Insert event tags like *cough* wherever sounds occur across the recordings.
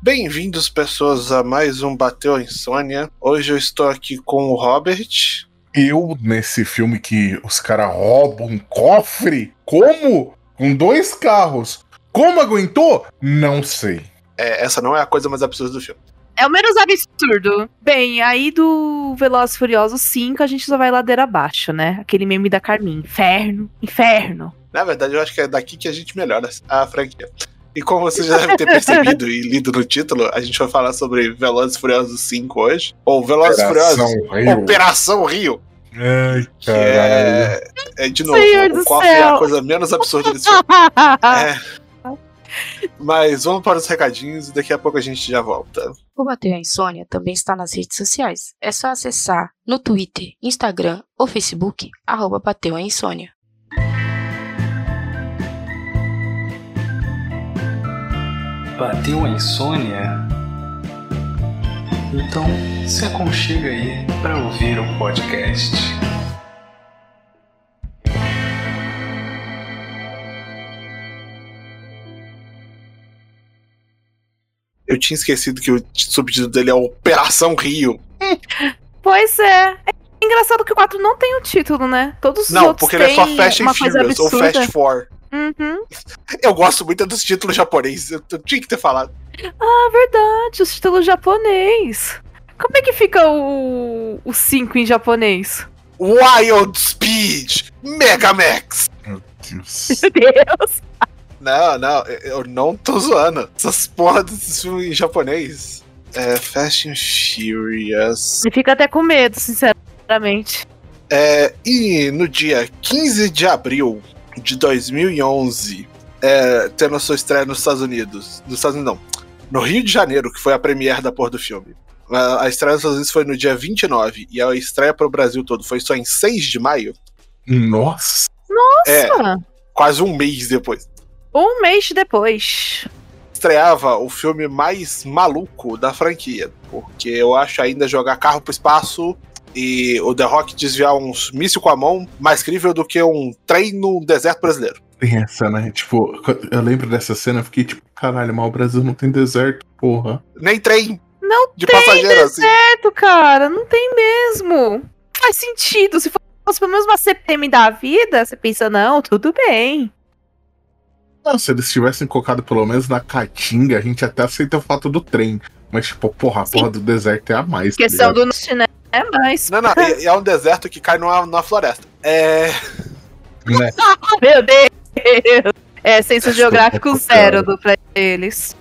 Bem-vindos, pessoas, a mais um Bateu a Insônia. Hoje eu estou aqui com o Robert. Eu, nesse filme que os caras roubam um cofre? Como? Com dois carros. Como aguentou? Não sei. É, essa não é a coisa mais absurda do filme. É o menos absurdo. Bem, aí do Veloz Furioso 5 a gente só vai ladeira abaixo, né? Aquele meme da Carmin. Inferno, *laughs* inferno. Na verdade, eu acho que é daqui que a gente melhora a franquia. E como você já deve ter percebido e lido no título, a gente vai falar sobre Velozes e Furiosos 5 hoje. Ou Velozes e Operação Furiosos Rio. Operação Rio. Ai, Que é, é, de novo, Senhor o do cofre é a céu. coisa menos absurda desse filme. É. Mas vamos para os recadinhos e daqui a pouco a gente já volta. O Bateu a Insônia também está nas redes sociais. É só acessar no Twitter, Instagram ou Facebook, arroba Bateu a Insônia. Bateu a insônia? Então se aconchega aí para ouvir o podcast. Eu tinha esquecido que o t- subtítulo dele é Operação Rio. Pois é. É engraçado que o 4 não tem o título, né? Todos os Não, outros porque ele é só têm Fast and uma coisa Furious ou absurda. Fast Four. Uhum. Eu gosto muito dos títulos japoneses, eu, eu tinha que ter falado. Ah, verdade, os títulos é japonês. Como é que fica o o 5 em japonês? Wild Speed Mega Max. Deus. é. Meu Deus. Não, não, eu eu não tô zoando. Essas porras desses filmes em japonês. É, Fast and Furious. Me fica até com medo, sinceramente. É, e no dia 15 de abril de 2011, é, tendo a sua estreia nos Estados Unidos. Nos Estados Unidos, não. No Rio de Janeiro, que foi a premiere da porra do filme. A, a estreia nos Estados Unidos foi no dia 29 e a estreia pro Brasil todo foi só em 6 de maio. Nossa. É, Nossa, quase um mês depois. Um mês depois. Estreava o filme mais maluco da franquia, porque eu acho ainda jogar carro pro espaço e o The Rock desviar uns míssil com a mão mais crível do que um trem no deserto brasileiro. Tem essa, né? Tipo, eu lembro dessa cena, eu fiquei tipo, caralho, mas o Brasil não tem deserto, porra. nem trem. Não de passageiro assim. Certo, cara, não tem mesmo. Faz sentido. Se fosse pelo menos uma CPM da vida, você pensa, não, tudo bem. Ah, se eles tivessem colocado pelo menos na Caatinga, a gente até aceita o fato do trem. Mas, tipo, porra, a Sim. porra do deserto é a mais. tá Questão ligado? do norte, né? É mais. Não, não, é, é um deserto que cai numa, numa floresta. É. Né? Meu Deus! *laughs* É, senso geográfico Desculpa, zero do pra eles.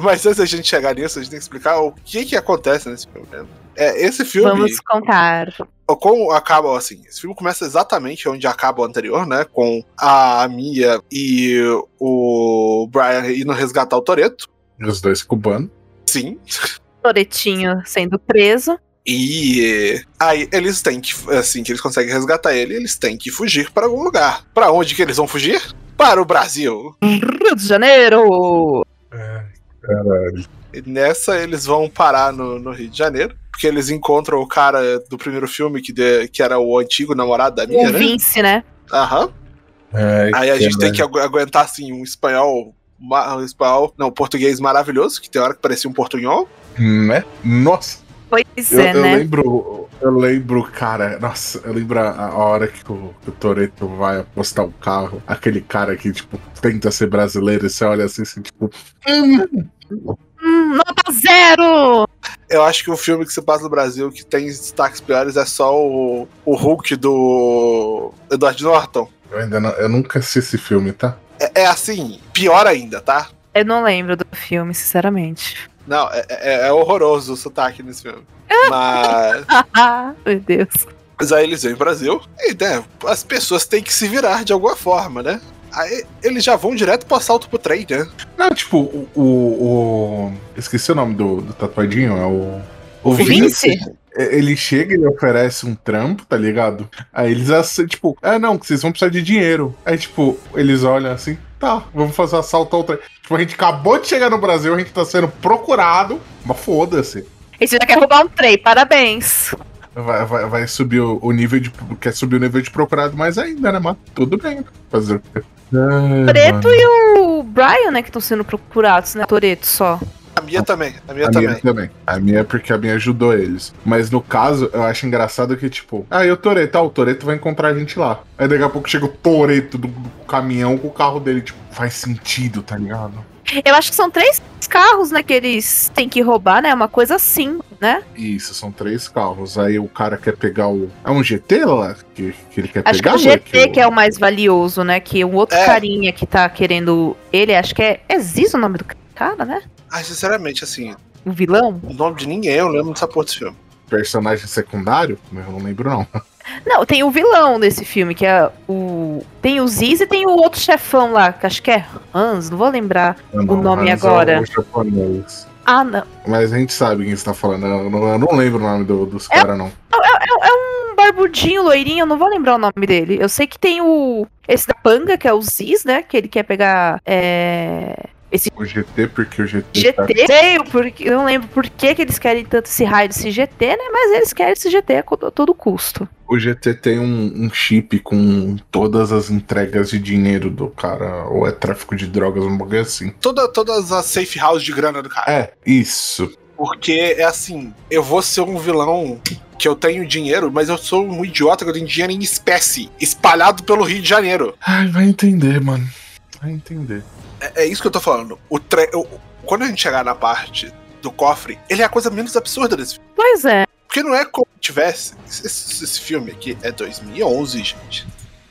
Mas antes da gente chegar nisso, a gente tem que explicar o que que acontece nesse filme. né? É, esse filme, Vamos contar. como acaba assim, esse filme começa exatamente onde acaba o anterior, né? Com a Mia e o Brian indo resgatar o Toreto. Os dois cubanos. Sim. Toretinho sendo preso. E aí eles têm que, assim que eles conseguem resgatar ele, eles têm que fugir para algum lugar. Para onde que eles vão fugir? Para o Brasil. Rio de Janeiro! Caralho. E nessa eles vão parar no, no Rio de Janeiro, porque eles encontram o cara do primeiro filme que, de- que era o antigo namorado da O minha, né? Vince, né? Aham. Ai, Aí a gente tem caralho. que agu- aguentar assim um espanhol, ma- um espanhol, não, português maravilhoso, que tem hora que parecia um portunhol. Né? Nossa. Pois Eu, é, eu né? lembro, eu lembro, cara, nossa, eu lembro a, a hora que o, que o Toreto vai apostar o carro, aquele cara que, tipo, tenta ser brasileiro e você olha assim, assim tipo, hum, Hum, nota zero! Eu acho que o filme que se passa no Brasil que tem destaques piores é só o, o Hulk do Edward Norton. eu ainda não, eu nunca assisti esse filme, tá? É, é assim, pior ainda, tá? Eu não lembro do filme, sinceramente. *laughs* Não, é, é- é horroroso o sotaque nesse filme. Mas. Ah, meu Deus. Mas aí eles vêm pro Brasil e né, as pessoas têm que se virar de alguma forma, né? Aí eles já vão direto pro assalto pro trem, né? Não, tipo, o. o, o- esqueci o nome do, do tatuadinho, é o. O Vince? É, Ele chega, ele oferece um trampo, tá ligado? Aí eles assim, tipo, ah não, que vocês vão precisar de dinheiro. Aí, tipo, eles olham assim, tá, vamos fazer assalto ao trem. Tipo, a gente acabou de chegar no Brasil, a gente tá sendo procurado, mas foda-se. Esse já quer roubar um trem, parabéns. Vai, vai, vai subir o, o nível de. Quer subir o nível de procurado mais ainda, né? Mas tudo bem. Fazer o quê? Ai, Preto mano. e o Brian, né, que estão sendo procurados, né? Toreto só. A minha também. A minha a também. minha também. A minha é porque a minha ajudou eles. Mas no caso, eu acho engraçado que, tipo, ah, e o Toreto? Ah, o Toreto vai encontrar a gente lá. Aí daqui a pouco chega o Toreto do, do caminhão com o carro dele, tipo, faz sentido, tá ligado? Eu acho que são três carros, né, que eles têm que roubar, né? Uma coisa assim, né? Isso, são três carros. Aí o cara quer pegar o. É um GT lá? Que, que ele quer Acho que pegar? né? é o ou GT que é o mais valioso, né? Que um outro É. carinha que tá querendo. Ele acho que é. É Ziz o nome do cara, né? Ah, sinceramente, assim, O vilão? o nome de ninguém eu lembro dessa porra desse filme. Personagem secundário? Eu não lembro, não. Não, tem o vilão desse filme, que é o. Tem o Ziz e tem o outro chefão lá, que acho que é Hans, não vou lembrar. Eu não, mas nome é agora. o japonês. Ah, não. Mas a gente sabe quem você tá falando. Eu não, eu não lembro o nome do- dos caras, não. É, é um barbudinho, loirinho, eu não vou lembrar o nome dele. Eu sei que tem o. Esse da Panga, que é o Ziz, né? Que ele quer pegar. É... O GT, porque o GT. tá- GT. Sei, porque, eu não lembro por que, que eles querem tanto esse raio desse GT, né? Mas eles querem esse GT a co- a todo custo. O GT tem um, um chip com todas as entregas de dinheiro do cara, ou é tráfico de drogas, um bagulho assim. Toda, todas as safe house de grana do cara. É, isso. Porque é assim, eu vou ser um vilão que eu tenho dinheiro, mas eu sou um idiota que eu tenho dinheiro em espécie, espalhado pelo Rio de Janeiro. Ai, vai entender, mano. Vai entender. É, é isso que eu tô falando. O tre- o- o- quando a gente chegar na parte do cofre, ele é a coisa menos absurda desse filme. Pois é. Porque não é como se tivesse. Esse, esse- esse filme aqui é 2011, gente.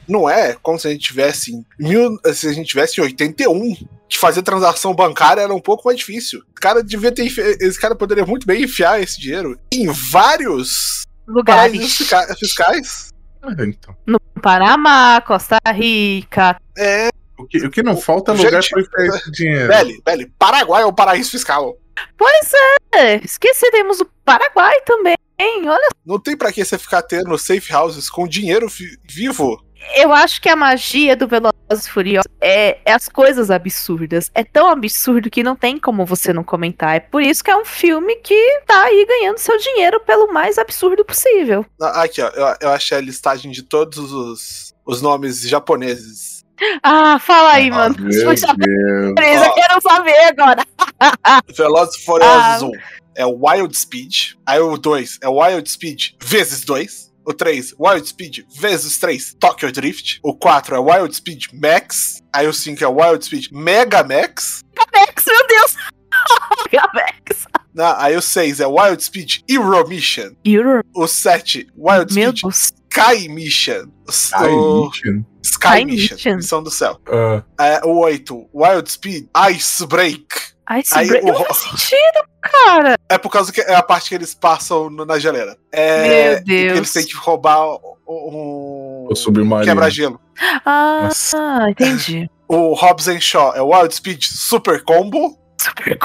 Não é como se a gente tivesse em, mil, se a gente tivesse em 81. Que fazer transação bancária era um pouco mais difícil. O cara devia ter. enfi- Esse cara poderia muito bem enfiar esse dinheiro em vários paraísos Lugares. fisca- fiscais. É, então. Panamá, Costa Rica. É, O que, o que não falta é Gente, lugar pra enfiar esse dinheiro. velho, velho, Paraguai é o paraíso fiscal. Pois é. Esqueceremos o Paraguai também. Olha, Não tem pra que você ficar tendo safe houses com dinheiro fi- vivo. eu acho que a magia do Velozes e Furiosos é, é as coisas absurdas. É tão absurdo que não tem como você não comentar. É por isso que é um filme que tá aí ganhando seu dinheiro pelo mais absurdo possível. Ah, Aqui, ó, eu, eu achei a listagem de todos os, os nomes japoneses. Ah, fala aí, Ah, mano. meu Foi Deus. surpresa, eu quero saber agora. *laughs* Velozes e Ah. Furiosos 1 é o Wild Speed. Aí o 2 é o Wild Speed vezes 2. O 3, Wild Speed vezes 3, Tokyo Drift. O 4 é Wild Speed Max. Aí o 5 é Wild Speed Mega Max. Gabex, meu Deus. *laughs* Gabex. Na- aí o 6 é Wild Speed Hero Mission. Iror, O 7, Wild meu Speed Deus. Sky Mission. S- Ai, o- gente. Sky Sky Mission, Mission. Missão do Céu. Ah, É, o 8, Wild Speed Ice Break. Ai, esse Aí break o- não faz sentido, cara. É por causa que é a parte que eles passam no- na geleira. É, Meu Deus. que Eles têm que roubar o- o- o um submarino. quebra-gelo. Ah, Nossa. entendi. O Hobbs and Shaw é Wild Speed Super Combo.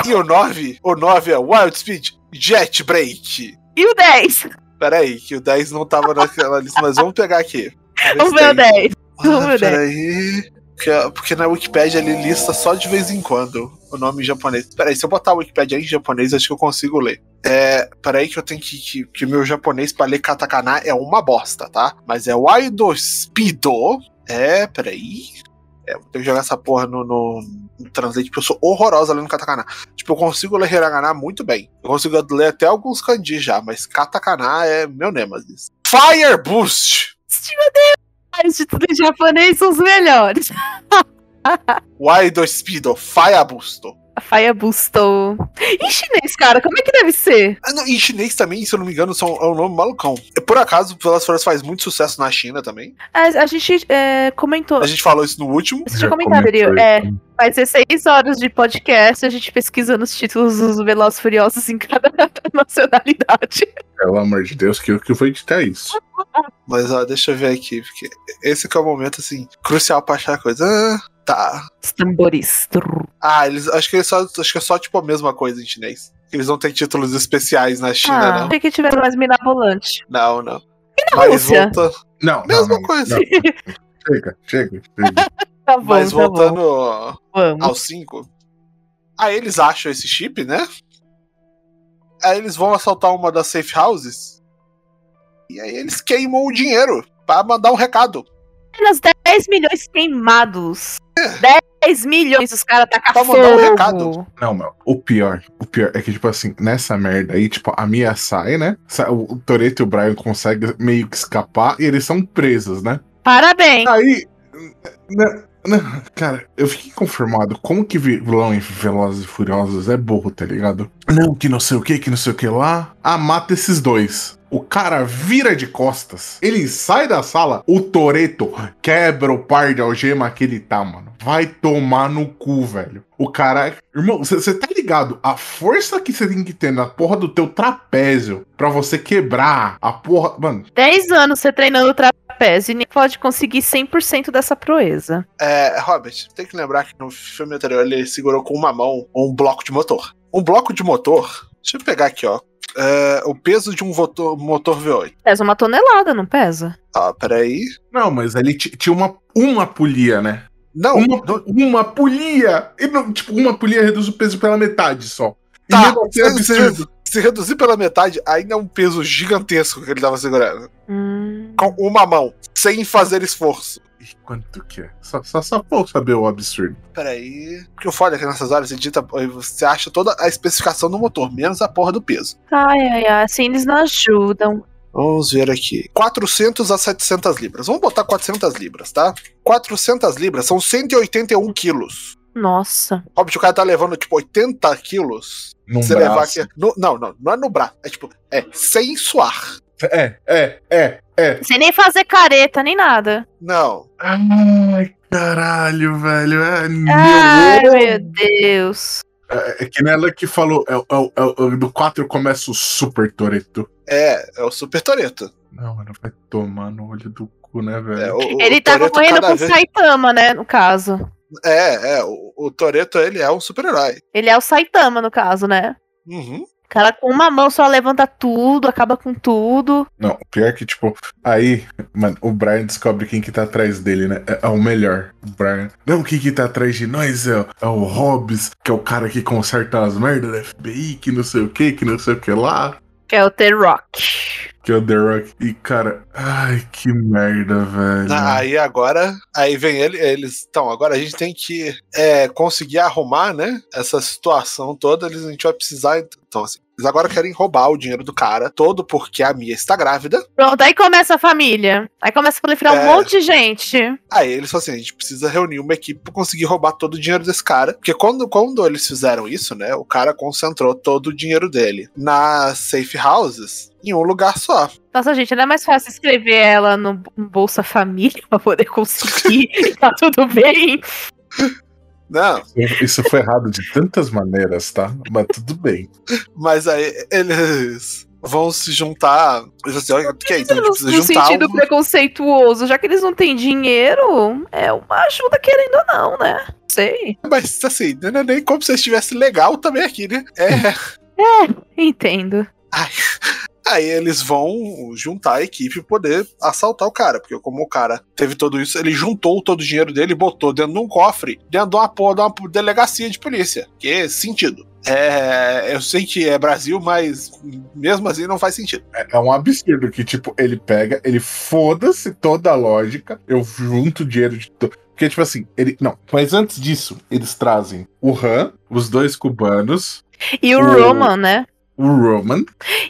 E o 9, o 9 é Wild Speed Jet Break. E o 10? Pera aí, que o 10 não tava naquela lista, mas vamos pegar aqui. Vamos ver o 10. Vamos ver Ah, o 10. peraí. Porque, porque na Wikipedia ele lista só de vez em quando o nome em japonês. Peraí, se eu botar a Wikipedia em japonês, acho que eu consigo ler. É, peraí que eu tenho que. Que, que meu japonês pra ler katakana é uma bosta, tá? Mas é Waido Speedo. É, peraí. É, vou ter que jogar essa porra no, no, no translate, porque eu sou horrorosa lendo katakana. Tipo, eu consigo ler hiragana muito bem. Eu consigo ler até alguns kanji já, mas katakana é meu nemesis. Fire Boost! Os títulos em japonês são os melhores. Wild Speedo, Fire Busto. A Faia Bustou. Em chinês, cara, como é que deve ser? Ah, não, em chinês também, se eu não me engano, são, é um nome malucão. Por acaso, Velas Flores faz muito sucesso na China também. A, a gente é, comentou. A gente falou isso no último. Você Já tinha comentado, comentou Ariel. isso. É, vai ser seis horas de podcast a gente pesquisando os títulos dos Velozes e Furiosos em cada *laughs* nacionalidade. Pelo amor de Deus, que, que foi editar isso? Mas ó, deixa eu ver aqui, porque esse que é o momento, assim, crucial pra achar a coisa. Ah, tá. Os tambores. Trrr. Ah, eles. Acho que eles só. Acho que é só, tipo, a mesma coisa em chinês. Eles não têm títulos especiais na Ah, China, né? achei que tivesse mais mirabolante. não. Não, não. E na Mas Rússia? volta. Não, Mesma não, não, coisa. não. Chega, chega, chega. Tá bom, Mas tá voltando bom. Vamos. ao 5. Aí eles acham esse chip, né? Aí eles vão assaltar uma das safe houses. E aí eles queimam o dinheiro pra mandar um recado. Apenas 10 milhões queimados. É. 10 milhões os caras tacam Pra fogo. mandar um recado. Não, meu. O pior, o pior é que, tipo assim, nessa merda aí, tipo, a Mia sai, né? Sa- O Toreto e o Brian conseguem meio que escapar e eles são presos, né? Parabéns. Aí. né, né, Cara, eu fiquei conformado. Como que vilão em Velozes e Furiosos é burro, tá ligado? Não, que não sei o que, que não sei o que lá. Ah, mata esses dois. O cara vira de costas. Ele sai da sala. O Toreto quebra o par de algema que ele tá, mano. Vai tomar no cu, velho. O cara. Irmão, você tá ligado? A força que você tem que ter na porra do teu trapézio pra você quebrar a porra. Mano, 10 anos você treinando o trapézio e nem pode conseguir 100% dessa proeza. É, Robert, tem que lembrar que no filme anterior ele segurou com uma mão um bloco de motor. Um bloco de motor, deixa eu pegar aqui, ó. é, o peso de um votor- motor V8. Pesa uma tonelada, não pesa? Ah, peraí. Não, mas ali ti- tinha uma, uma polia, né? Não, Uma, do- uma polia! E não, tipo, uma polia reduz o peso pela metade só. E Tá, mesmo assim é se, absurdo. se- se reduzir pela metade, ainda é um peso gigantesco que ele tava segurando. Hum. Com uma mão, sem fazer esforço. Ih, Quanto que é? Só, só, só pra eu saber o absurdo. Peraí. Porque o foda é que nessas horas você, digita, você acha toda a especificação do motor, menos a porra do peso. Ai, ai, ai, assim eles não ajudam. Vamos ver aqui. 400 a 700 libras. Vamos botar 400 libras, tá? 400 libras são 181 quilos. Nossa. Óbvio, o cara tá levando tipo 80 quilos. Num você levar Um braço. aqui. no- não, não, não é no braço. É tipo, é sem suar. É, é, é, é. Sem nem fazer careta, nem nada. Não. Ai, caralho, velho. É, meu Ai, ovo. meu Deus. É, é que nela que falou. É, o- é o- é o- do 4 começa o Super Toreto. É, é o Super Toreto. Não, mano, vai tomar no olho do cu, né, velho? É, o- o Ele tava Toretto correndo cada com o vez- Saitama, né, no caso. É, é. O, o Toreto, ele é um super-herói. Ele é o Saitama, no caso, né? Uhum. O cara com uma mão só levanta tudo, acaba com tudo. Não, o pior é que, tipo, aí, mano, o Brian descobre quem que tá atrás dele, né? É, é o melhor, o Brian. Não, quem que tá atrás de nós é, o- é o Hobbs, que é o cara que conserta as merdas da FBI, que não sei o que, que não sei o que lá, Que é o The Rock. que é o The Rock. E, cara, ai, que merda, velho. Na- aí agora, aí vem ele, eles. Então, agora a gente tem que é, conseguir arrumar, né? Essa situação toda, eles, a gente vai precisar. Então, assim, eles agora querem roubar o dinheiro do cara todo porque a Mia está grávida. Pronto, aí começa a família. Aí começa a proliferar É. um monte de gente. Aí eles falam assim: a gente precisa reunir uma equipe pra conseguir roubar todo o dinheiro desse cara. Porque quando, quando eles fizeram isso, né? O cara concentrou todo o dinheiro dele nas safe houses em um lugar só. Nossa, gente, não é mais fácil escrever ela no Bolsa Família *laughs* pra poder conseguir. *laughs* tá tudo bem. Não, Isso- Isso foi errado de tantas maneiras, tá? Mas tudo bem. Mas aí eles vão se juntar. Eles assim, olha, ok, então a gente No, precisa no juntar. sentido um- preconceituoso, já que eles não têm dinheiro, é uma ajuda querendo ou não, né? Sei. Mas assim, não é nem como se estivesse legal também aqui, né? *laughs* É. Entendo. aí eles vão juntar a equipe e poder assaltar o cara. Porque como o cara teve tudo isso, ele juntou todo o dinheiro dele e botou dentro de um cofre, dentro de uma porra de uma delegacia de polícia. Que sentido. É, eu sei que é Brasil, mas mesmo assim não faz sentido. É um absurdo que, tipo, ele pega, ele foda-se toda a lógica, eu junto o dinheiro de. to- Porque, tipo assim, ele. Não, mas antes disso, eles trazem o Han, os dois cubanos, E o O- Roman, né? o Roman.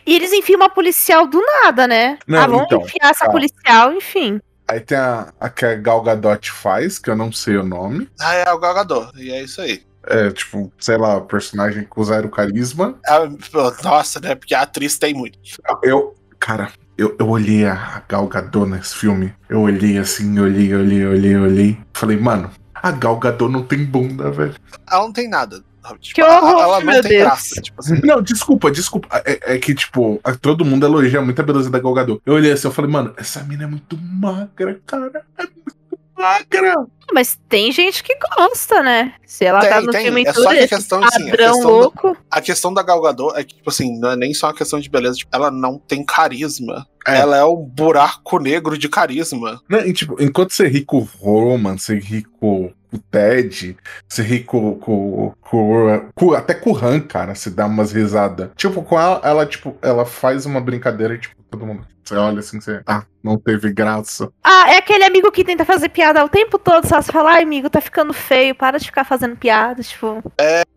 E eles enfiam uma policial do nada, né? Não, ah, vamos então, enfiar essa tá. policial, enfim. Aí tem a, a que a Gal Gadot faz, que eu não sei o nome. Ah, é o Galgador. E é isso aí. É, tipo, sei lá, personagem com zero carisma. Ah, pô, nossa, né? Porque a atriz tem muito. Eu. Cara, eu, eu olhei a Gal Gadot nesse filme. Eu olhei assim, olhei, olhei, olhei, olhei. Falei, mano, a Gal Gadot não tem bunda, velho. Ela não tem nada. sabe? Tipo, Que ela- horror, ela não meu tem Deus. graça. Tipo assim. Não, desculpa, desculpa. É, é que, tipo, a- todo mundo elogia muito a beleza da Galgador. Eu olhei assim, eu falei, mano, essa mina é muito magra, cara. É muito magra. Mas tem gente que gosta, né? Se ela tá Tem, no tem. filme É todo só que a esse questão, assim, a padrão questão, do- louco. a questão da Galgador é que, tipo assim, não é nem só uma questão de beleza. Tipo, ela não tem carisma. É. Ela é um buraco negro de carisma. Né, e, tipo, enquanto você ri com o Roman, você ri com o Ted, você ri com, com, com- com- até com o Han, cara, se dá umas risadas. Tipo, com ela, ela, tipo, ela faz uma brincadeira e, tipo, todo mundo. Você olha assim, você. Ah, não teve graça. Ah, é aquele amigo que tenta fazer piada o tempo todo, só se falar, ai, amigo, tá ficando feio, para de ficar fazendo piada, tipo.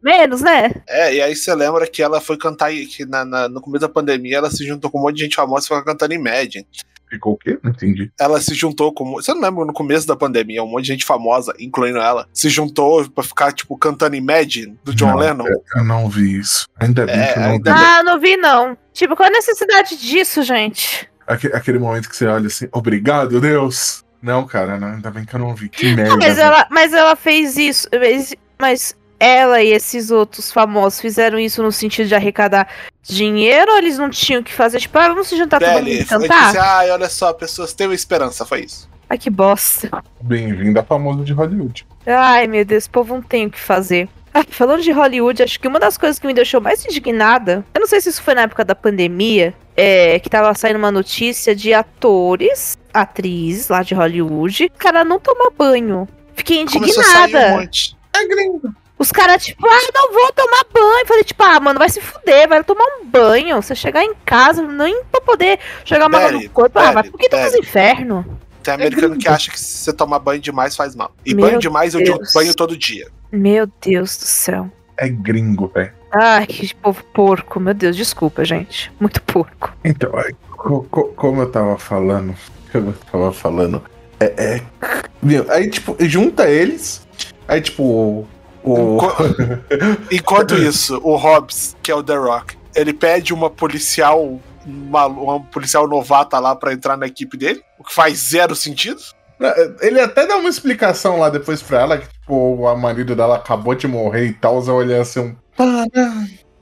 Menos, né? É, e aí você lembra que ela foi cantar e que na- na- no começo da pandemia, ela se juntou com um monte de gente famosa e foi cantando em média. Ficou o quê? Não entendi. ela se juntou com. Você não lembra no começo da pandemia, um monte de gente famosa, incluindo ela, se juntou pra ficar, tipo, cantando Imagine do John Não, é, Lennon? Eu não vi isso. Ainda bem É, que eu não ainda vi. Ah, não vi, não. Tipo, qual a necessidade disso, gente? Aque- Aquele momento que você olha assim, obrigado, Deus. Não, cara, não, ainda bem que eu não vi. Que merda. Ah, mas velho. ela, mas ela fez isso. Mas, mas ela e esses outros famosos fizeram isso no sentido de arrecadar dinheiro ou eles não tinham o que fazer? Tipo, ah, vamos se juntar todo mundo Pele, e foi tipo cantar? assim, ai, olha só, pessoas têm uma esperança, foi isso. Ai, que bosta. Bem-vindo a famoso de Hollywood. Ai, meu Deus, esse povo não tem o que fazer. Ah, falando de Hollywood, acho que uma das coisas que me deixou mais indignada, eu não sei se isso foi na época da pandemia, é que tava saindo uma notícia de atores, atrizes lá de Hollywood, o cara não toma banho. Fiquei Começou a sair um indignada. monte. É gringo. Os caras, tipo, ah, não vou tomar banho. Falei, tipo, ah, mano, vai se fuder, vai tomar um banho. Você chegar em casa, nem pra poder jogar uma água Bebe, no corpo. Ah, bebe, vai por que tu faz bebe. inferno? Tem americano que acha que se você tomar banho demais faz mal. E Meu banho demais eu digo Deus. banho todo dia. Meu Deus do céu. É gringo, velho. Ai, que povo porco. Meu Deus, desculpa, gente. Muito porco. Então, é, co- co- como eu tava falando, como eu tava falando, é, é- meu, aí tipo, junta eles, aí tipo, o, o- Enqu- Enquanto isso, o Hobbs, que é o The Rock, ele pede uma policial. Uma, uma policial novata lá pra entrar na equipe dele, o que faz zero sentido. né, ele até dá uma explicação lá depois pra ela, que tipo, a marido dela acabou de morrer e tal, ela olha assim, um, para,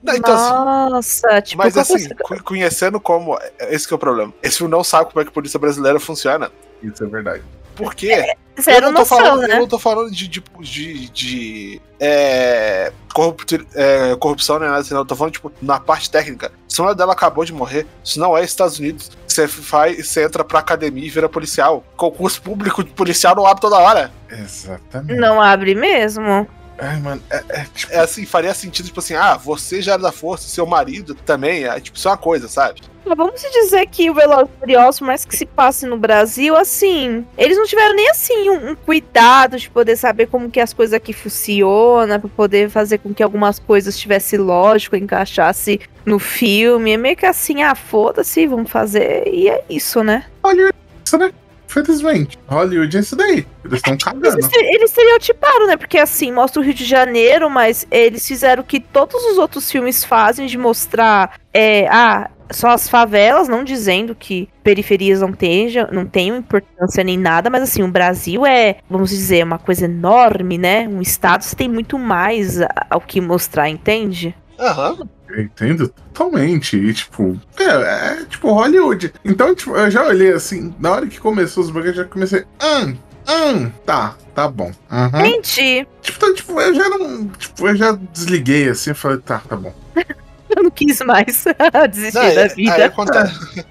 Não, Então, assim, Nossa, tipo, Mas como assim, você- co- conhecendo como. Esse que é o problema. Esse filme não sabe como é que a polícia brasileira funciona. isso é verdade. Porque zero noção, falando, eu né? não tô falando de, de, de, de, é, corrupti- é, corrupção nem nada assim, não. Eu tô falando, tipo, na parte técnica. Se uma dela acabou de morrer, isso não é Estados Unidos. Você faz, você entra pra academia e vira policial. Concurso público de policial não abre toda hora. Exatamente. Não abre mesmo? Ai, mano, é, é, tipo, É assim, faria sentido, tipo assim, ah, você já era da força, seu marido também. É, tipo, isso é uma coisa, sabe? Mas vamos dizer que o Velozes e Furiosos, por mais que se passe no Brasil, assim, eles não tiveram nem assim um, um cuidado de poder saber como que as coisas aqui funcionam, pra poder fazer com que algumas coisas tivesse lógico, encaixasse no filme. É meio que assim, ah, foda-se, vamos fazer. E é isso, né? Hollywood, é isso, né? Felizmente, Hollywood é isso daí, eles estão Mas cagando. Eles, eles estereotiparam, né? Porque assim, mostra o Rio de Janeiro, mas eles fizeram o que todos os outros filmes fazem de mostrar é, ah, só as favelas, não dizendo que periferias não tenham, não tenham importância nem nada, mas assim, o Brasil é, vamos dizer, uma coisa enorme, né? Um estado, você tem muito mais a- ao que mostrar, entende? Aham. Eu entendo totalmente. E, tipo, é, é, tipo Hollywood. Então, tipo, eu já olhei assim, na hora que começou os bugs, eu já comecei. Hum, hum, tá, tá bom. Aham. É. Entendi. Tipo, então, tipo, eu já não. Tipo, eu já desliguei assim, eu falei, tá, tá bom. Eu não quis mais *laughs* desistir Não, da é- Aí, vida. *laughs* acontece.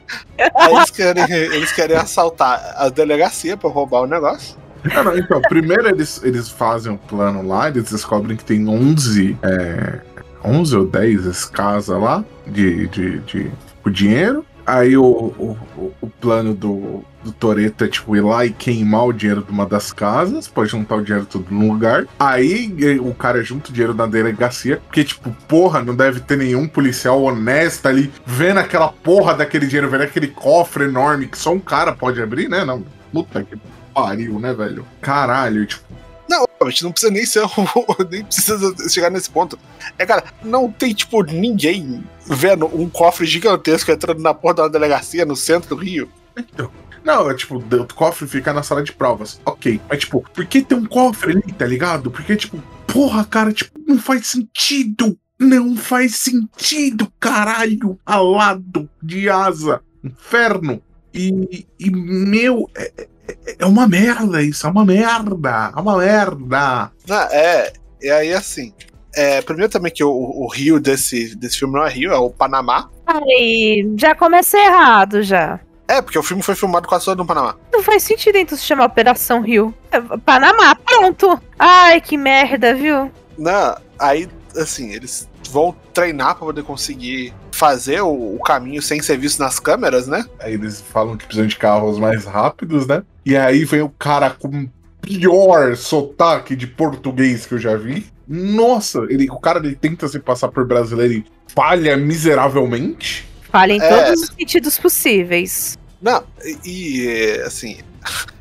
Aí eles, querem, eles querem assaltar a delegacia pra roubar o negócio. Ah, não, então, primeiro eles, eles fazem o plano lá, eles descobrem que tem 11. É, 11 ou 10 as casas lá de, de, de o dinheiro. Aí o, o, o- o plano do, do Toreto é tipo ir lá e queimar o dinheiro de uma das casas, pode juntar o dinheiro tudo num lugar. Aí eh, o cara junta o dinheiro na delegacia, porque tipo, porra, não deve ter nenhum policial honesto ali vendo aquela porra daquele dinheiro, vendo aquele cofre enorme que só um cara pode abrir, né? Não, puta que pariu, né, velho? Caralho, tipo, Não, a gente não precisa nem ser. *laughs* um- nem precisa chegar nesse ponto. É, cara, não tem, tipo, ninguém vendo um cofre gigantesco entrando na porta da delegacia no centro do Rio. Não, é tipo, o cofre fica na sala de provas. Ok. Mas, tipo, por que tem um cofre ali, tá ligado? Porque, tipo, porra, cara, tipo, não faz sentido. Não faz sentido, caralho. Alado de asa. Inferno. E, e meu, é, é- é uma merda isso. É uma merda. É uma merda. Ah, é. E aí, assim. é, primeiro também que o, o Rio desse, desse filme não é Rio, é o Panamá. Aí, já comecei errado já. É, porque o filme foi filmado quase todo no Panamá. Não faz sentido então se chamar Operação Rio. É, Panamá, pronto! Ai, que merda, viu? Não, aí, assim, eles vão treinar pra poder conseguir fazer o, o caminho sem ser visto nas câmeras, né? Aí eles falam que precisam de carros mais rápidos, né? E aí vem o cara com o pior sotaque de português que eu já vi. Nossa, ele, o cara ele tenta se passar por brasileiro e falha miseravelmente. Falha em É. todos os sentidos possíveis. Não, e, e, assim. *laughs*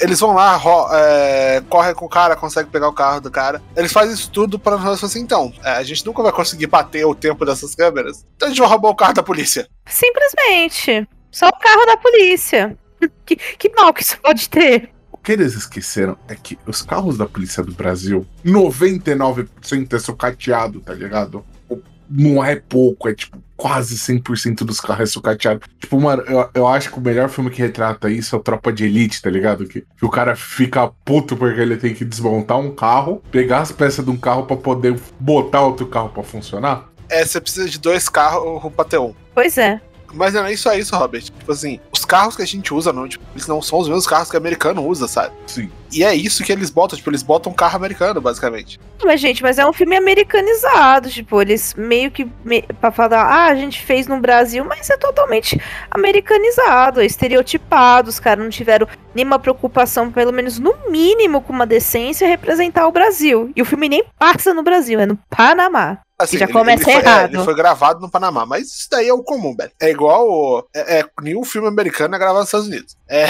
Eles vão lá, ro- é, correm com o cara, conseguem pegar o carro do cara. Eles fazem isso tudo pra nós falar assim: então, é, a gente nunca vai conseguir bater o tempo dessas câmeras. Então a gente vai roubar o carro da polícia. Simplesmente. Só o carro da polícia. *laughs* Que, que mal que isso pode ter. O que eles esqueceram é que os carros da polícia do Brasil, 99% é sucateado, tá ligado? Tipo, Não é pouco, é tipo quase 100% dos carros é sucateado. Tipo, mano, eu, eu acho que o melhor filme que retrata isso é o Tropa de Elite, tá ligado? Que, que o cara fica puto porque ele tem que desmontar um carro, pegar as peças de um carro pra poder botar outro carro pra funcionar. É, você precisa de dois carros pra ter um. Pois é. Mas não é nem só isso, Robert. Tipo assim, os carros que a gente usa, não, tipo, eles não são os mesmos carros que o americano usa, sabe? Sim. E é isso que eles botam, tipo, eles botam um carro americano, basicamente. Mas, gente, mas é um filme americanizado, tipo, eles meio que me, pra falar, ah, a gente fez no Brasil, mas é totalmente americanizado, é estereotipado, os caras não tiveram nenhuma preocupação, pelo menos no mínimo com uma decência, representar o Brasil. E o filme nem passa no Brasil, é no Panamá. Assim, Já começa foi, é, errado. ele foi gravado no Panamá, mas isso daí é o comum, velho. É igual. o- É, é, nenhum filme americano é gravado nos Estados Unidos. É,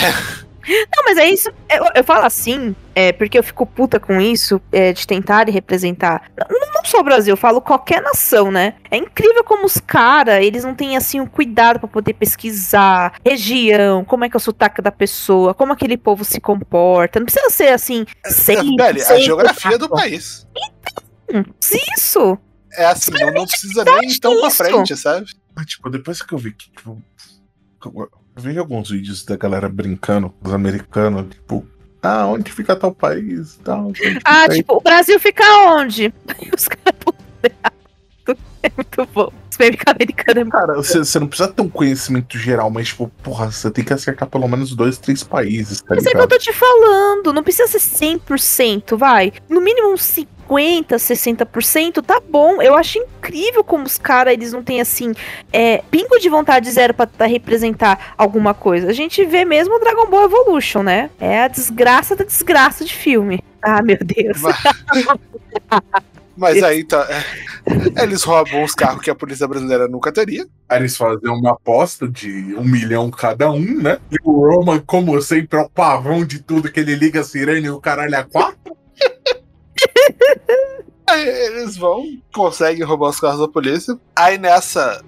Não, mas é isso. Eu, eu falo assim, é, porque eu fico puta com isso, é, de tentar representar. Não, não só o Brasil, eu falo qualquer nação, né? É incrível como os caras, eles não têm assim o cuidado pra poder pesquisar região, como é que é o sotaque da pessoa, como aquele povo se comporta. Não precisa ser assim, sem. É, *laughs* velho, a sem- geografia do país. Hum, Isso! É assim, não, não precisa nem ir tão pra isso. frente, sabe? Mas, tipo, depois que eu vi que, tipo. Eu vejo alguns vídeos da galera brincando, dos americanos, tipo, ah, onde fica tal país e *laughs* tal. então, tipo, Ah, tem- tipo, o Brasil fica onde? *laughs* Os caras pulam errado. *laughs* É muito bom. Os meme americano é muito Cara, você, você não precisa ter um conhecimento geral, mas, tipo, porra, você tem que acertar pelo menos dois, três países, tá Mas é o que eu ligado? tô te falando. Não precisa ser 100%, vai. No mínimo uns 50, 60%, tá bom. Eu acho incrível como os caras, eles não têm, assim, é, pingo de vontade zero pra tentar representar alguma coisa. A gente vê mesmo o Dragon Ball Evolution, né? É a desgraça da desgraça de filme. Ah, meu Deus. Mas- Mas aí tá. é, eles roubam os carros que a polícia brasileira nunca teria. Aí eles fazem uma aposta de um milhão cada um, né? E o Roman, como sempre, é o pavão de tudo, que ele liga a sirene e o caralho a quatro. Aí eles vão, conseguem roubar os carros da polícia. Aí nessa,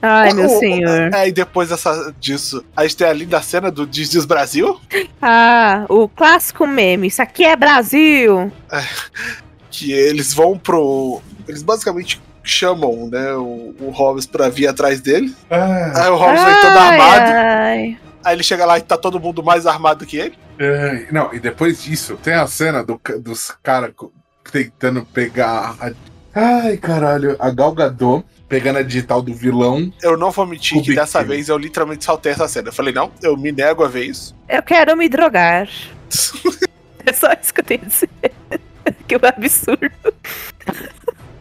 Ai, O- meu o- senhor. É, e depois dessa, disso, a gente tem a linda cena do Diz Diz Brasil, Ah, o clássico meme. Isso aqui é Brasil. que eles vão pro. Eles basicamente chamam, né, o, o Hobbes pra vir atrás dele. Ah, Aí o Hobbes vem todo Ai, armado, ai. aí ele chega lá e tá todo mundo mais armado que ele. É, não, e depois disso, tem a cena do ca- dos caras tentando pegar a. Ai, caralho, a Galgador pegando a digital do vilão. Eu não vou mentir que Kubik. dessa vez eu literalmente saltei essa cena. Eu falei, não, eu me nego a ver isso. Eu quero me drogar. *laughs* É só isso que eu tenho a dizer. *laughs* que é um absurdo.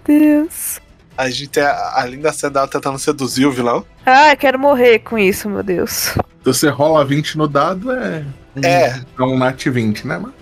Deus. A gente tem a, a linda cena dela tentando seduzir o vilão. Ah, eu quero morrer com isso, meu Deus. Então você rola 20 no dado, é. um- É. É um Nat 20, né, mano?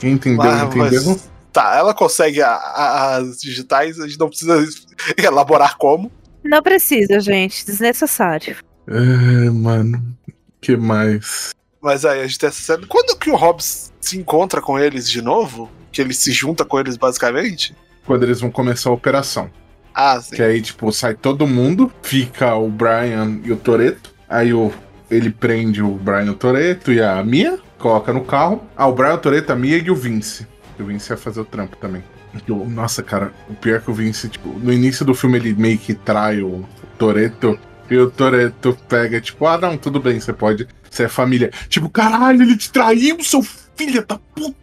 Quem entendeu, Ah, entendeu. mas- Tá, ela consegue a- a- as digitais, a gente não precisa *laughs* elaborar como. Não precisa, gente. Desnecessário. É, mano. que mais? Mas aí a gente tem essa cena. Quando que o Hobbs se encontra com eles de novo? Que ele se junta com eles basicamente? Quando eles vão começar a operação. Ah, sim. Que aí, tipo, sai todo mundo, fica o Brian e o Toreto. Aí o, ele prende o Brian e o Toreto e a Mia, coloca no carro. Ah, o Brian, o Toreto, a Mia e o Vince. E o Vince ia fazer o trampo também. E o- Nossa, cara, o pior é que o Vince, tipo, no início do filme ele meio que trai o Toreto. E o Toreto pega, tipo, ah, não, tudo bem, você pode, você é família. Tipo, caralho, ele te traiu, seu filho da puta.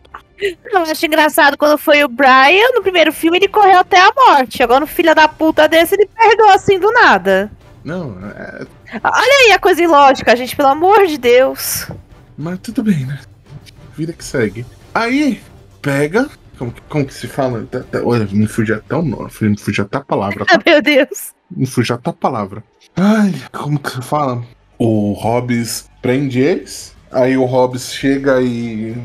Eu acho engraçado quando foi o Brian, um no primeiro filme, ele correu até a morte. Agora, no filho da puta desse, ele perdoou assim do nada. Não, é... E aí, a coisa ilógica, gente, pelo amor de Deus. *laughs* mas tudo bem, né? Vida que segue. Aí, pega. Como, que- como que se fala? Tá- tá- Olha, me fugiu até o nome. Me fugiu até a palavra. tá? Ah, meu Deus. Me fugiu até a palavra. Ai, como que se fala? O Hobbs prende eles. Aí o Hobbs chega e,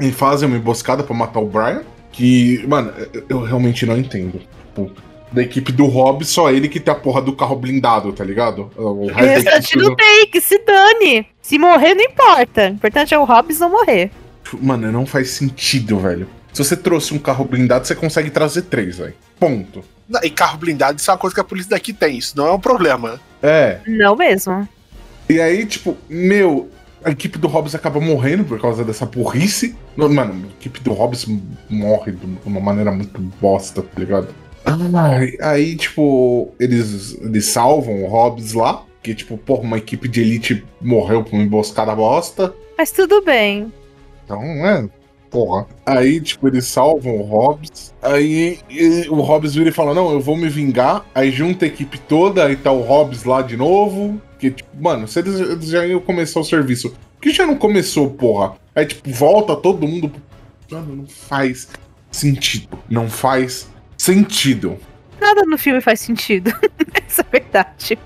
e faz uma emboscada pra matar o Brian. Que, mano, eu- eu realmente não entendo. Tipo, da equipe do Hobbs, só ele que tem a porra do carro blindado, tá ligado? O resto da Esse a equipe gente não tem, que se dane. Se morrer, não importa. O importante é o Hobbs não morrer. Tipo, Mano, não faz sentido, velho. Se você trouxe um carro blindado, você consegue trazer três, velho. Ponto. Não, E carro blindado, isso é uma coisa que a polícia daqui tem, isso não é um problema. É. Não mesmo. E aí, tipo, meu, a equipe do Hobbs acaba morrendo por causa dessa burrice. Mano, a equipe do Hobbs morre de uma maneira muito bosta, tá ligado? Ai, aí, tipo, eles, eles salvam o Hobbs lá. Que, tipo, porra, uma equipe de elite morreu por uma emboscada bosta. Mas tudo bem. Então, é. Porra. Aí, tipo, eles salvam o Hobbs. Aí e- o Hobbs vira e fala: Não, eu vou me vingar. Aí junta a equipe toda e tá o Hobbs lá de novo. Que, tipo, mano, se eles, eles já iam começar o serviço. Por que já não começou, porra? Aí, tipo, volta todo mundo. Mano, não faz sentido. Não faz sentido. Nada no filme faz sentido. *laughs* Essa é a verdade.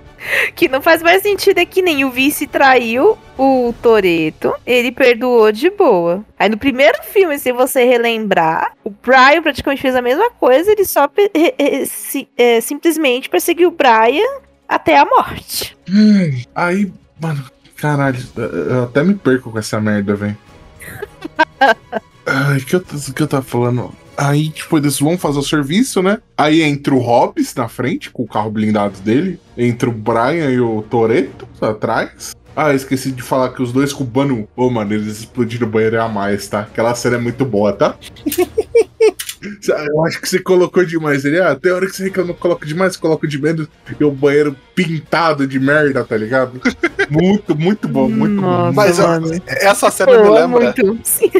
Que não faz mais sentido é que nem o vice traiu o Toreto, ele perdoou de boa. Aí no primeiro filme, se você relembrar, o Brian praticamente fez a mesma coisa, ele só pe- re- re- si- é, simplesmente perseguiu o Brian até a morte. Ai, Aí, mano, caralho, eu eu até me perco com essa merda, velho. Ai, que eu, t- que eu tava falando? Aí, tipo, eles vão fazer o serviço, né? Aí entra o Hobbs na frente, com o carro blindado dele. Entra o Brian e o Toreto atrás. Ah, eu esqueci de falar que os dois cubanos. Ô, mano, eles explodiram o banheiro a mais, tá? Aquela cena é muito boa, tá? *laughs* Eu acho que você colocou demais. Ele, ah, tem hora que você reclama que coloca demais, coloca de menos e o banheiro pintado de merda, tá ligado? *laughs* Muito, muito bom, muito bom. Nossa, Mas, ó, mano. Essa cena me né? Pô, é lembra, muito. Sim.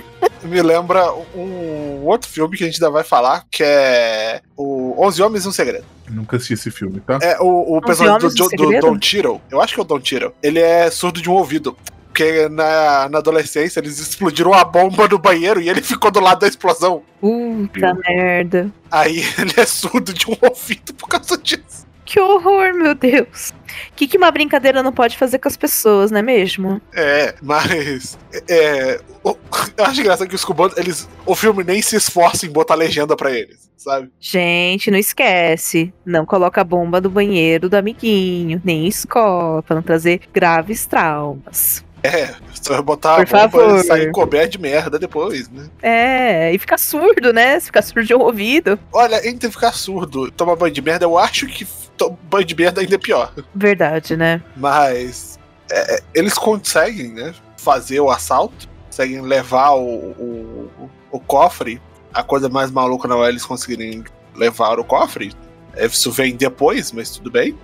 me lembra um outro filme que a gente ainda vai falar, que é o 11 Homens e um Segredo. Eu Nunca assisti esse filme, tá? É, o, o personagem do, Homens e um do, do Segredo? Don Tiro, eu acho que é o Don Tiro, ele é surdo de um ouvido. Porque na, na adolescência eles explodiram a bomba no banheiro e ele ficou do lado da explosão. Puta merda. Aí *laughs* ele é surdo de um ouvido por causa disso. Que horror, meu Deus. O que, que uma brincadeira não pode fazer com as pessoas, não é mesmo? É, mas. É, o- eu acho engraçado que os cubanos, eles. O filme nem se esforça em botar legenda pra eles, sabe? Gente, não esquece. Não coloca a bomba do banheiro do amiguinho, nem em escola, pra não trazer graves traumas. É, só vai botar Por a bomba favor. e sair coberto de merda depois, né? É, e fica surdo, né? Se ficar surdo de um ouvido. Olha, entre ficar surdo e tomar banho de merda, eu acho que to- banho de merda ainda é pior. Verdade, né? Mas é, é, eles conseguem, né? Fazer o assalto, conseguem levar o, o, o cofre. A coisa mais maluca não é eles conseguirem levar o cofre. É, Isso vem depois, mas tudo bem.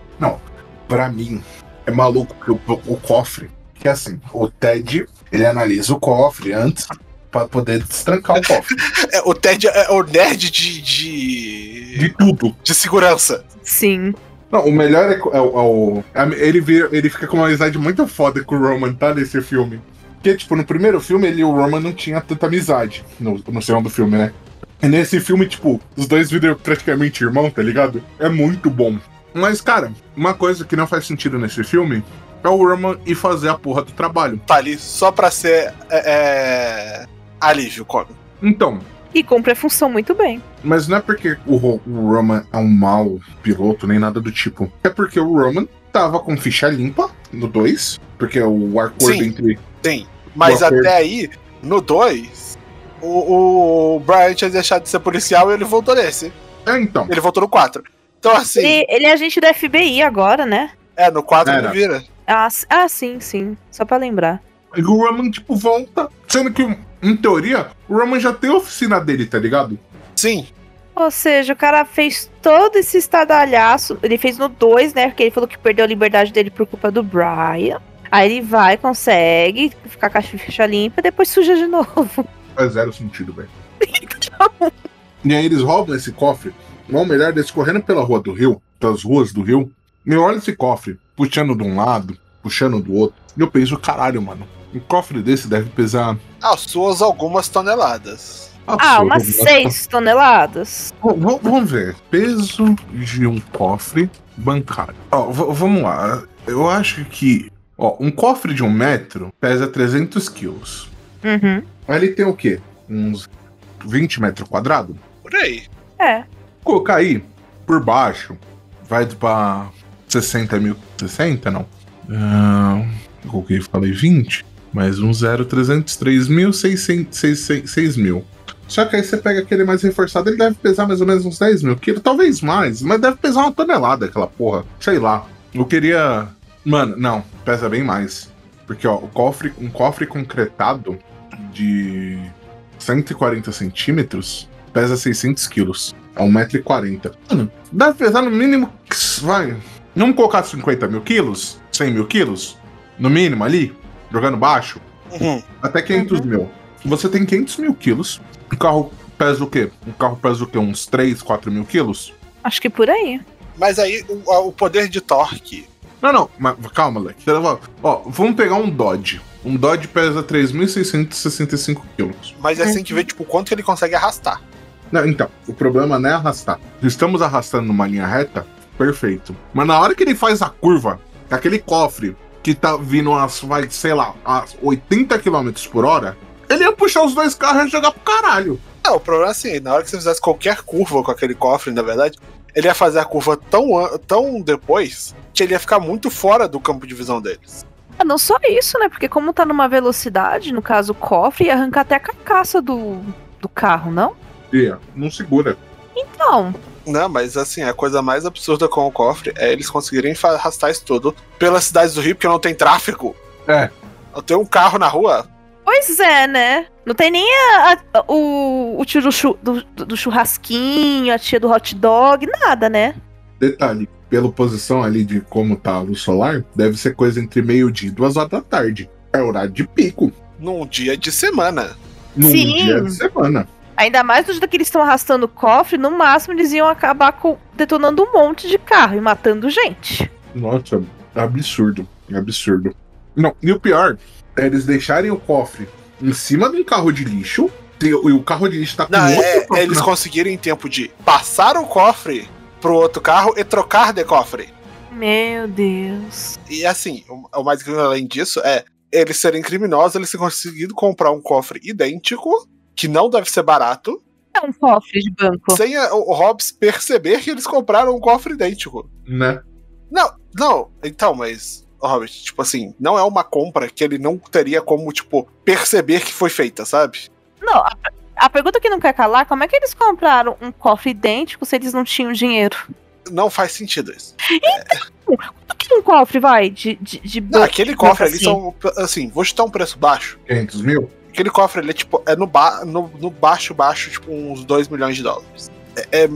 pra mim, é maluco que o, o cofre. Que assim, o Ted, ele analisa o cofre antes pra poder destrancar o cofre. É, o Ted é o nerd de, de, De tudo. de segurança. Sim. Não, o melhor é, co- é o- é o. a- Ele, vira, ele fica com uma amizade muito foda com o Roman, tá? Nesse filme. Porque, tipo, no primeiro filme, ele e o Roman não tinha tanta amizade. No, no segundo filme, né? E nesse filme, tipo, os dois viram praticamente irmão, tá ligado? É muito bom. Mas, cara, uma coisa que não faz sentido nesse filme é o Roman ir fazer a porra do trabalho. Tá ali só pra ser é, é, alívio cômico. Então, E cumpre a função muito bem. Mas não é porque o, Ro- o Roman é um mau piloto, nem nada do tipo. É porque o Roman tava com ficha limpa no 2. Porque o acordo Sim. entre. Sim. Mas Boa até aí, no 2, o, o Brian tinha deixado de ser policial e ele voltou nesse. É, então. Ele voltou no 4. Então, assim. Ele, ele é agente da FBI agora, né? É, no 4 Era. ele vira. Ah, s- ah, sim, sim. Só pra lembrar. E o Roman, tipo, volta. Sendo que, em teoria, o Roman já tem a oficina dele, tá ligado? Sim. Ou seja, o cara fez todo esse estadalhaço. Ele fez no 2, né? Porque ele falou que perdeu a liberdade dele por culpa do Brian. Aí ele vai, consegue ficar com a ficha limpa, depois suja de novo. Faz zero sentido, velho. e aí eles roubam esse cofre. Ou melhor, eles correndo pela rua do Rio, pelas ruas do Rio. E olha esse cofre. puxando de um lado, puxando do outro. E eu penso, caralho, mano, um cofre desse deve pesar. As suas algumas toneladas. Ah, umas absurdo, né? 6 toneladas. V- v- Vamos ver. Peso de um cofre bancário. Ó, v- vamos lá. Eu acho que. Ó, um cofre de um metro pesa 300 quilos. Uhum. Aí ele tem o quê? Uns 20 metros quadrados? Por aí. É. Colocar aí, por baixo, vai pra 60 mil. 60 não? Ah, eu coloquei, falei 20. Mais um 0, 300, 3 mil, 600, 6, 6, 6 mil. Só que aí você pega aquele mais reforçado, ele deve pesar mais ou menos uns 10 mil quilos, talvez mais, mas deve pesar uma tonelada aquela porra. Sei lá. Eu queria. Mano, não, pesa bem mais. Porque, ó, o cofre, um cofre concretado de 140 centímetros pesa 600 quilos. É 1,40m. Mano, deve pesar no mínimo. Vai. Vamos colocar 50 mil quilos? 100 mil quilos? No mínimo ali? Jogando baixo? Uhum. Até 500 mil. Você tem 500 mil quilos. O carro pesa o quê? O carro pesa o quê? Uns 3, 4 mil quilos? Acho que por aí. Mas aí o, a- o poder de torque. Não, não, mas calma, Leque. Ó, vamos pegar um Dodge. Um Dodge pesa 3.665 quilos. Mas é assim que vê, tipo, quanto que ele consegue arrastar. Não, então, o problema não é arrastar. Se estamos arrastando numa linha reta, perfeito. Mas na hora que ele faz a curva, aquele cofre que tá vindo as, vai, sei lá, as 80 km por hora, ele ia puxar os dois carros e ia jogar pro caralho. É, o problema é assim, na hora que você fizesse qualquer curva com aquele cofre, na verdade, ele ia fazer a curva tão, an- tão depois que ele ia ficar muito fora do campo de visão deles. Ah, não só isso, né? Porque como tá numa velocidade, no caso o cofre, ia arrancar até a carcaça do, do carro, não? Ia, não segura. Então, Não, mas assim, a coisa mais absurda com o cofre é eles conseguirem fa- arrastar isso tudo pelas cidades do Rio, porque não tem tráfego. É. Eu tenho um carro na rua. pois é, né? Não tem nem a- a- o, o tio do, chu- do- do churrasquinho, a tia do hot dog, nada, né? Detalhe, pela posição ali de como tá a luz solar, deve ser coisa entre meio-dia e duas horas da tarde. É horário de pico. Num dia de semana. Num Sim. dia de semana. Ainda mais do jeito que eles estão arrastando o cofre, no máximo eles iam acabar com- detonando um monte de carro e matando gente. Nossa, absurdo, absurdo. Não, e o pior é eles deixarem o cofre em cima de um carro de lixo. E o e o carro de lixo tá com Não, outro é, cofre é eles na- conseguirem tempo de passar o cofre pro outro carro e trocar de cofre. Meu Deus. E assim, o, o mais incrível além disso é eles serem criminosos, eles terem conseguido comprar um cofre idêntico, que não deve ser barato, É um cofre de banco. sem a- o Hobbs perceber que eles compraram um cofre idêntico. né? Não, não, então, mas, ô, Robert, tipo assim, não é uma compra que ele não teria como, tipo, perceber que foi feita, sabe? Não, a, a pergunta que não quer calar, como é que eles compraram um cofre idêntico se eles não tinham dinheiro? Não faz sentido isso. Quanto que um cofre vai de, de, de Não, banco? aquele cofre ali assim. são, assim, vou chutar um preço baixo. 500 mil? Aquele cofre ali, tipo, é no, ba no, no baixo, baixo, tipo, uns 2 milhões de dólares. É, é-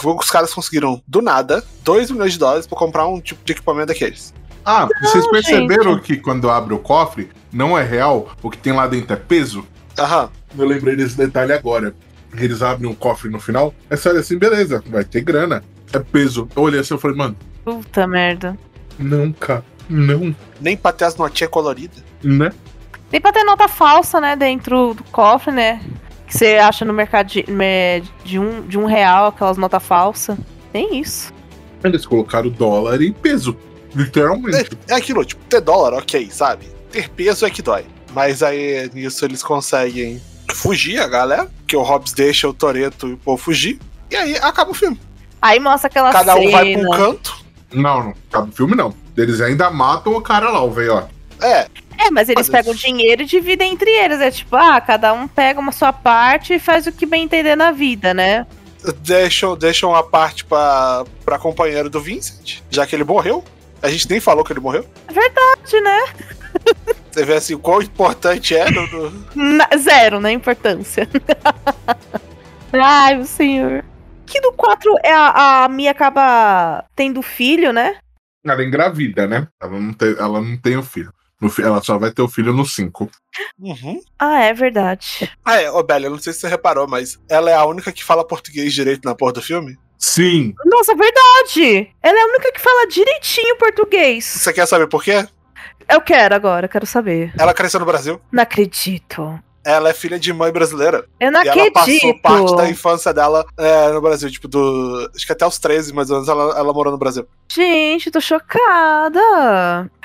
foi o que os caras conseguiram, do nada, 2 milhões de dólares pra comprar um tipo de equipamento daqueles. Ah, vocês perceberam gente. que quando abre o cofre, não é real, o que tem lá dentro é peso? Aham. Eu lembrei desse detalhe agora. Eles abrem o cofre no final, é sério assim, beleza, vai ter grana. É peso. Eu olhei assim e falei, mano, Puta merda. nunca, não, Nem pra ter as notinhas coloridas. né? Tem pra ter nota falsa, né, dentro do cofre, né? Que você acha no mercado de, me- de um, de um real, aquelas notas falsas. Tem isso. Eles colocaram dólar e peso, literalmente. É aquilo, tipo, ter dólar, ok, sabe? Ter peso é que dói. Mas aí nisso eles conseguem fugir, a galera. Que o Hobbs deixa o Toreto e o povo fugir. E aí acaba o filme. Aí mostra aquela Cada um cena. vai pra um canto. Não, não. Cabe filme não. Eles ainda matam o cara lá, o velho, ó. É, É, mas eles Olha. pegam o dinheiro e dividem entre eles. É tipo, ah, cada um pega uma sua parte e faz o que bem entender na vida, né? deixam, deixam a parte pra, pra companheiro do Vincent, já que ele morreu. A gente nem falou que ele morreu. De, né? Você vê assim o quão importante é. no- no- Na- zero, né? Importância. *laughs* Ai, meu senhor. Que do 4 é a, a Mia acaba tendo filho, né? Ela engravida, né? Ela não tem, ela não tem o filho. No fi- Ela só vai ter o filho no 5. Uhum. Ah, Ah, é verdade. é, ô Bela, eu não sei se você reparou, mas ela é a única que fala português direito na porra do filme. Sim. Nossa, verdade! Ela é a única que fala direitinho português. É Você quer saber por quê? Eu quero agora, quero saber. Ela cresceu no Brasil. Não acredito. Ela é filha de mãe brasileira. Eu não e ela passou acredito. parte da infância dela é, no Brasil. Tipo, do. Acho que até os 13, mais ou menos, ela, ela morou no Brasil. Gente, tô chocada.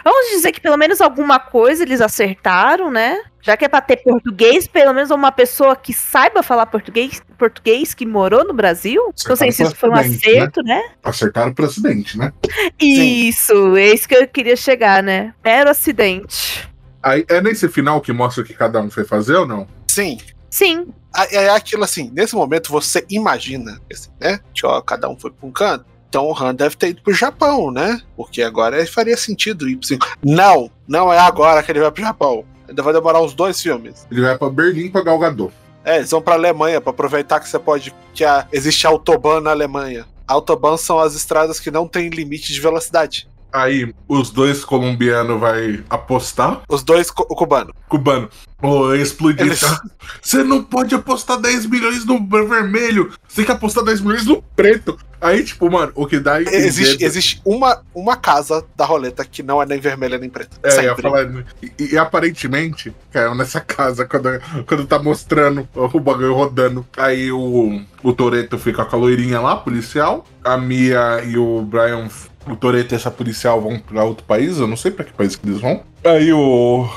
Vamos dizer que pelo menos alguma coisa eles acertaram, né? Já que é pra ter português, pelo menos uma pessoa que saiba falar português, português que morou no Brasil. Não sei se isso foi um Acertaram por acerto, né? Acertaram pro acidente, né? Isso, é isso que eu queria chegar, né? Mero acidente. Aí, é nesse final que mostra o que cada um foi fazer ou não? Sim. Sim, Aí É aquilo assim, nesse momento você imagina, assim, né? Que, ó, cada um foi pra um canto. Então o Han deve ter ido pro Japão, né? Porque agora faria sentido ir pro cinco. Não, não é agora que ele vai pro Japão. Ainda vai demorar uns dois filmes. Ele vai pra Berlim pra Galgador. É, eles vão pra Alemanha pra aproveitar que você pode. que a- existe autobahn na Alemanha. Autobahn são as estradas que não têm limite de velocidade. Aí os dois colombianos vai apostar. Os dois cu- o cubano. Cubano, ô, eu explodi. Eles- tá? *laughs* Você não pode apostar 10 milhões no vermelho. Você tem que apostar 10 milhões no preto. Aí, tipo, mano, o que dá a entender- Existe, existe uma, uma casa da roleta que não é nem vermelha nem preta. É, eu ia Sempre. falar. E, e aparentemente, caiu nessa casa quando, quando tá mostrando o bagulho rodando. Aí o, o Toreto fica com a loirinha lá, policial. A Mia e o Brian. O Toreto e essa policial vão pra outro país. Eu não sei pra que país que eles vão. Aí o.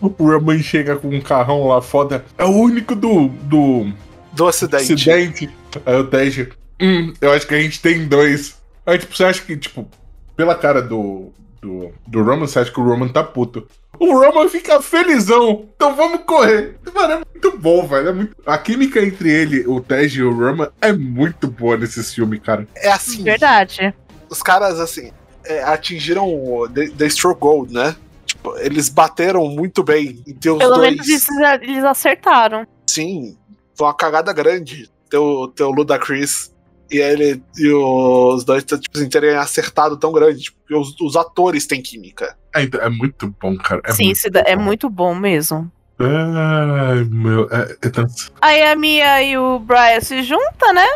O Raman chega com um carrão lá foda. É o único do. do Do ocidente. acidente. Aí o Tej. Hum, eu acho que a gente tem dois. Aí, tipo, você acha que, tipo, pela cara do, do, do Roman, você acha que o Roman tá puto. O Roman fica felizão. Então vamos correr. Mano, é muito bom, velho. é muito- A química entre ele, o Tej e o Roman é muito boa nesse filme, cara. É assim. verdade. os caras, assim, é, atingiram o The, The Stroke Gold, né? Tipo, eles bateram muito bem em ter os Pelo dois. menos isso eles acertaram. Sim, foi uma cagada grande ter o, ter o Ludacris e ele e os dois tipo, assim, terem acertado tão grande. tipo, porque os, os atores têm química. É, então, é muito bom, cara. É Sim, muito... isso da- é bom. muito bom mesmo. Ai, meu. É, é tão- Aí a Mia e o Brian se juntam, né?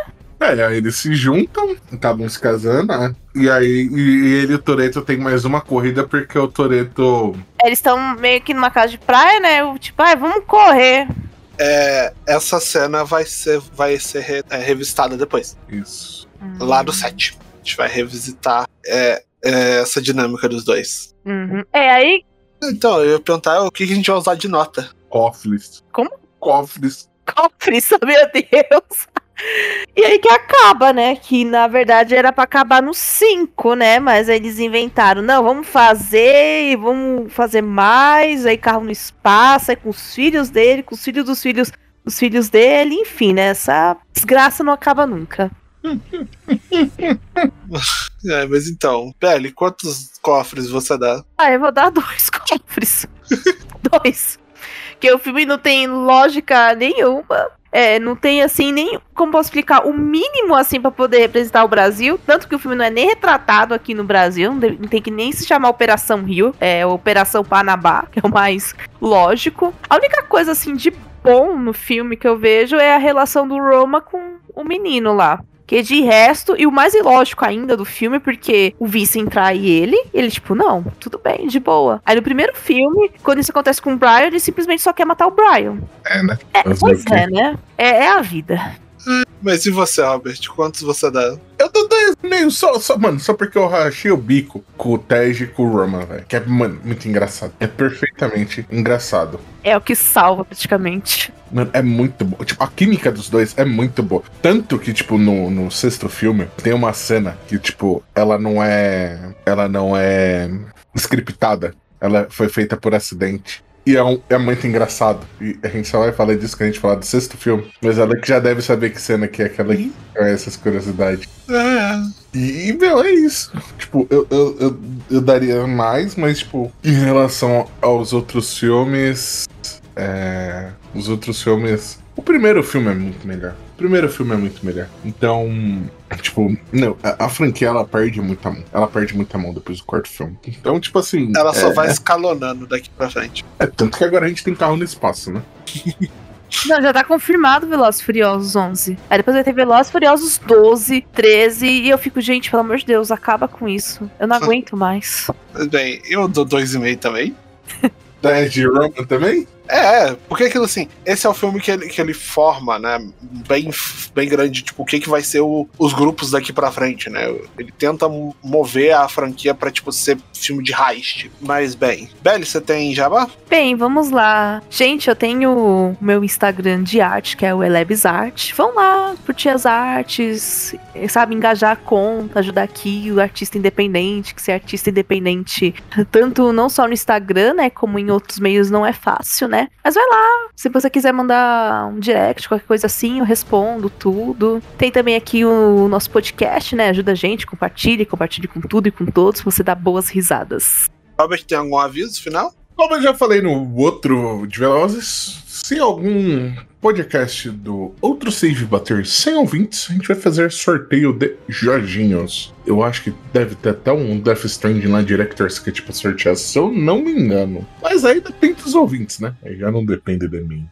É, aí eles se juntam, acabam se casando, né? E aí e- e ele e o Toreto tem mais uma corrida porque o Toreto. Eles estão meio que numa casa de praia, né? O Tipo, ai, vamos correr. É, essa cena vai ser, vai ser re- é, revistada depois, Isso. lá Hum. do set. A gente vai revisitar é, é, essa dinâmica dos dois. Uhum. É aí, Então, eu ia perguntar o que que a gente vai usar de nota. Cofres. Como? Cofres. *laughs* Cofrissa, meu Deus. E aí que acaba, né? Que na verdade era pra acabar no 5, né? Mas aí eles inventaram, não, vamos fazer e vamos fazer mais. Aí carro no espaço, aí com os filhos dele, com os filhos dos filhos dos filhos dele, enfim, né? Essa desgraça não acaba nunca. É, mas então, Belly, quantos cofres você dá? Ah, eu vou dar *laughs* dois cofres. dois. Porque o filme não tem lógica nenhuma. É, não tem assim nem como posso explicar o mínimo assim pra poder representar o Brasil, tanto que o filme não é nem retratado aqui no Brasil, não, deve- não tem que nem se chamar Operação Rio, é Operação Panabá, que é o mais lógico. A única coisa assim de bom no filme que eu vejo é a relação do Roma com o menino lá. Que de resto, e o mais ilógico ainda do filme, porque o Vincent trai ele, e ele, tipo, não, tudo bem, de boa. Aí no primeiro filme, quando isso acontece com o Brian, ele simplesmente só quer matar o Brian. É, né? É, Mas pois ok. é, né? É, é a vida. Mas e você, Robert? Quantos você dá? Eu tô dois meio só, só, mano, só porque eu rachei o bico com o Tej e com o Roman, velho. Que é, mano, muito engraçado. É perfeitamente engraçado. É o que salva, praticamente. Mano, é muito bom. Tipo, a química dos dois é muito boa. Tanto que, tipo, no, no sexto filme, tem uma cena que, tipo, ela não é. Ela não é. scriptada. Ela foi feita por acidente. E é, um- é muito engraçado. E a gente só vai falar disso quando a gente falar do sexto filme. Mas ela que já deve saber que cena que é aquela que é essas curiosidades. É. E, e, meu, é isso. Tipo, eu, eu, eu, eu daria mais, mas, tipo, em relação aos outros filmes. É, os outros filmes. O primeiro filme é muito melhor. O primeiro filme é muito melhor. Então, tipo, não, a, a franquia ela perde muita mão. Ela perde muita mão depois do quarto filme. Então, tipo assim. Ela só é, vai escalonando daqui pra frente. é, tanto que agora a gente tem carro no espaço, né? Não, já tá confirmado Velozes e Furiosos 11. Aí depois vai ter Velozes e Furiosos 12, 13, e eu fico, gente, pelo amor de Deus, acaba com isso. Eu não aguento mais. Mas Bem, eu dou dois e meio também. Da Angie Tá, é Roman também? É, porque aquilo assim, esse é o filme que ele, que ele forma, né? Bem, bem grande, tipo, o que, que vai ser o- os grupos daqui pra frente, né? Ele tenta mo- mover a franquia pra, tipo, ser filme de heist. Mas, bem. Belly, você tem jabá? Bem, vamos lá. Gente, eu tenho o meu Instagram de arte, que é o Elebs Art. Vão lá, curtir as artes, eh, sabe, engajar a conta, ajudar aqui o artista independente, que ser artista independente, tanto não só no Instagram, né, como em outros meios não é fácil, né? Mas vai lá, se você quiser mandar um direct, qualquer coisa assim, eu respondo tudo. Tem também aqui o nosso podcast, né, ajuda a gente, compartilhe, compartilhe com tudo e com todos, você dá boas risadas. Robert, tem algum aviso final? Como eu já falei no outro de Velozes, se algum podcast do outro save bater 100 ouvintes, a gente vai fazer sorteio de Jorginhos. Eu acho que deve ter até um Death Stranding lá, Directors, que é tipo sortear, se eu não me engano. Mas aí depende dos ouvintes, né? Aí já não depende de mim.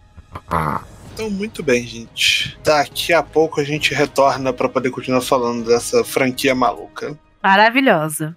Ah, Então, muito bem, gente. Daqui a pouco a gente retorna pra poder continuar falando dessa franquia maluca. *laughs* Maravilhosa.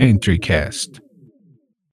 EntryCast.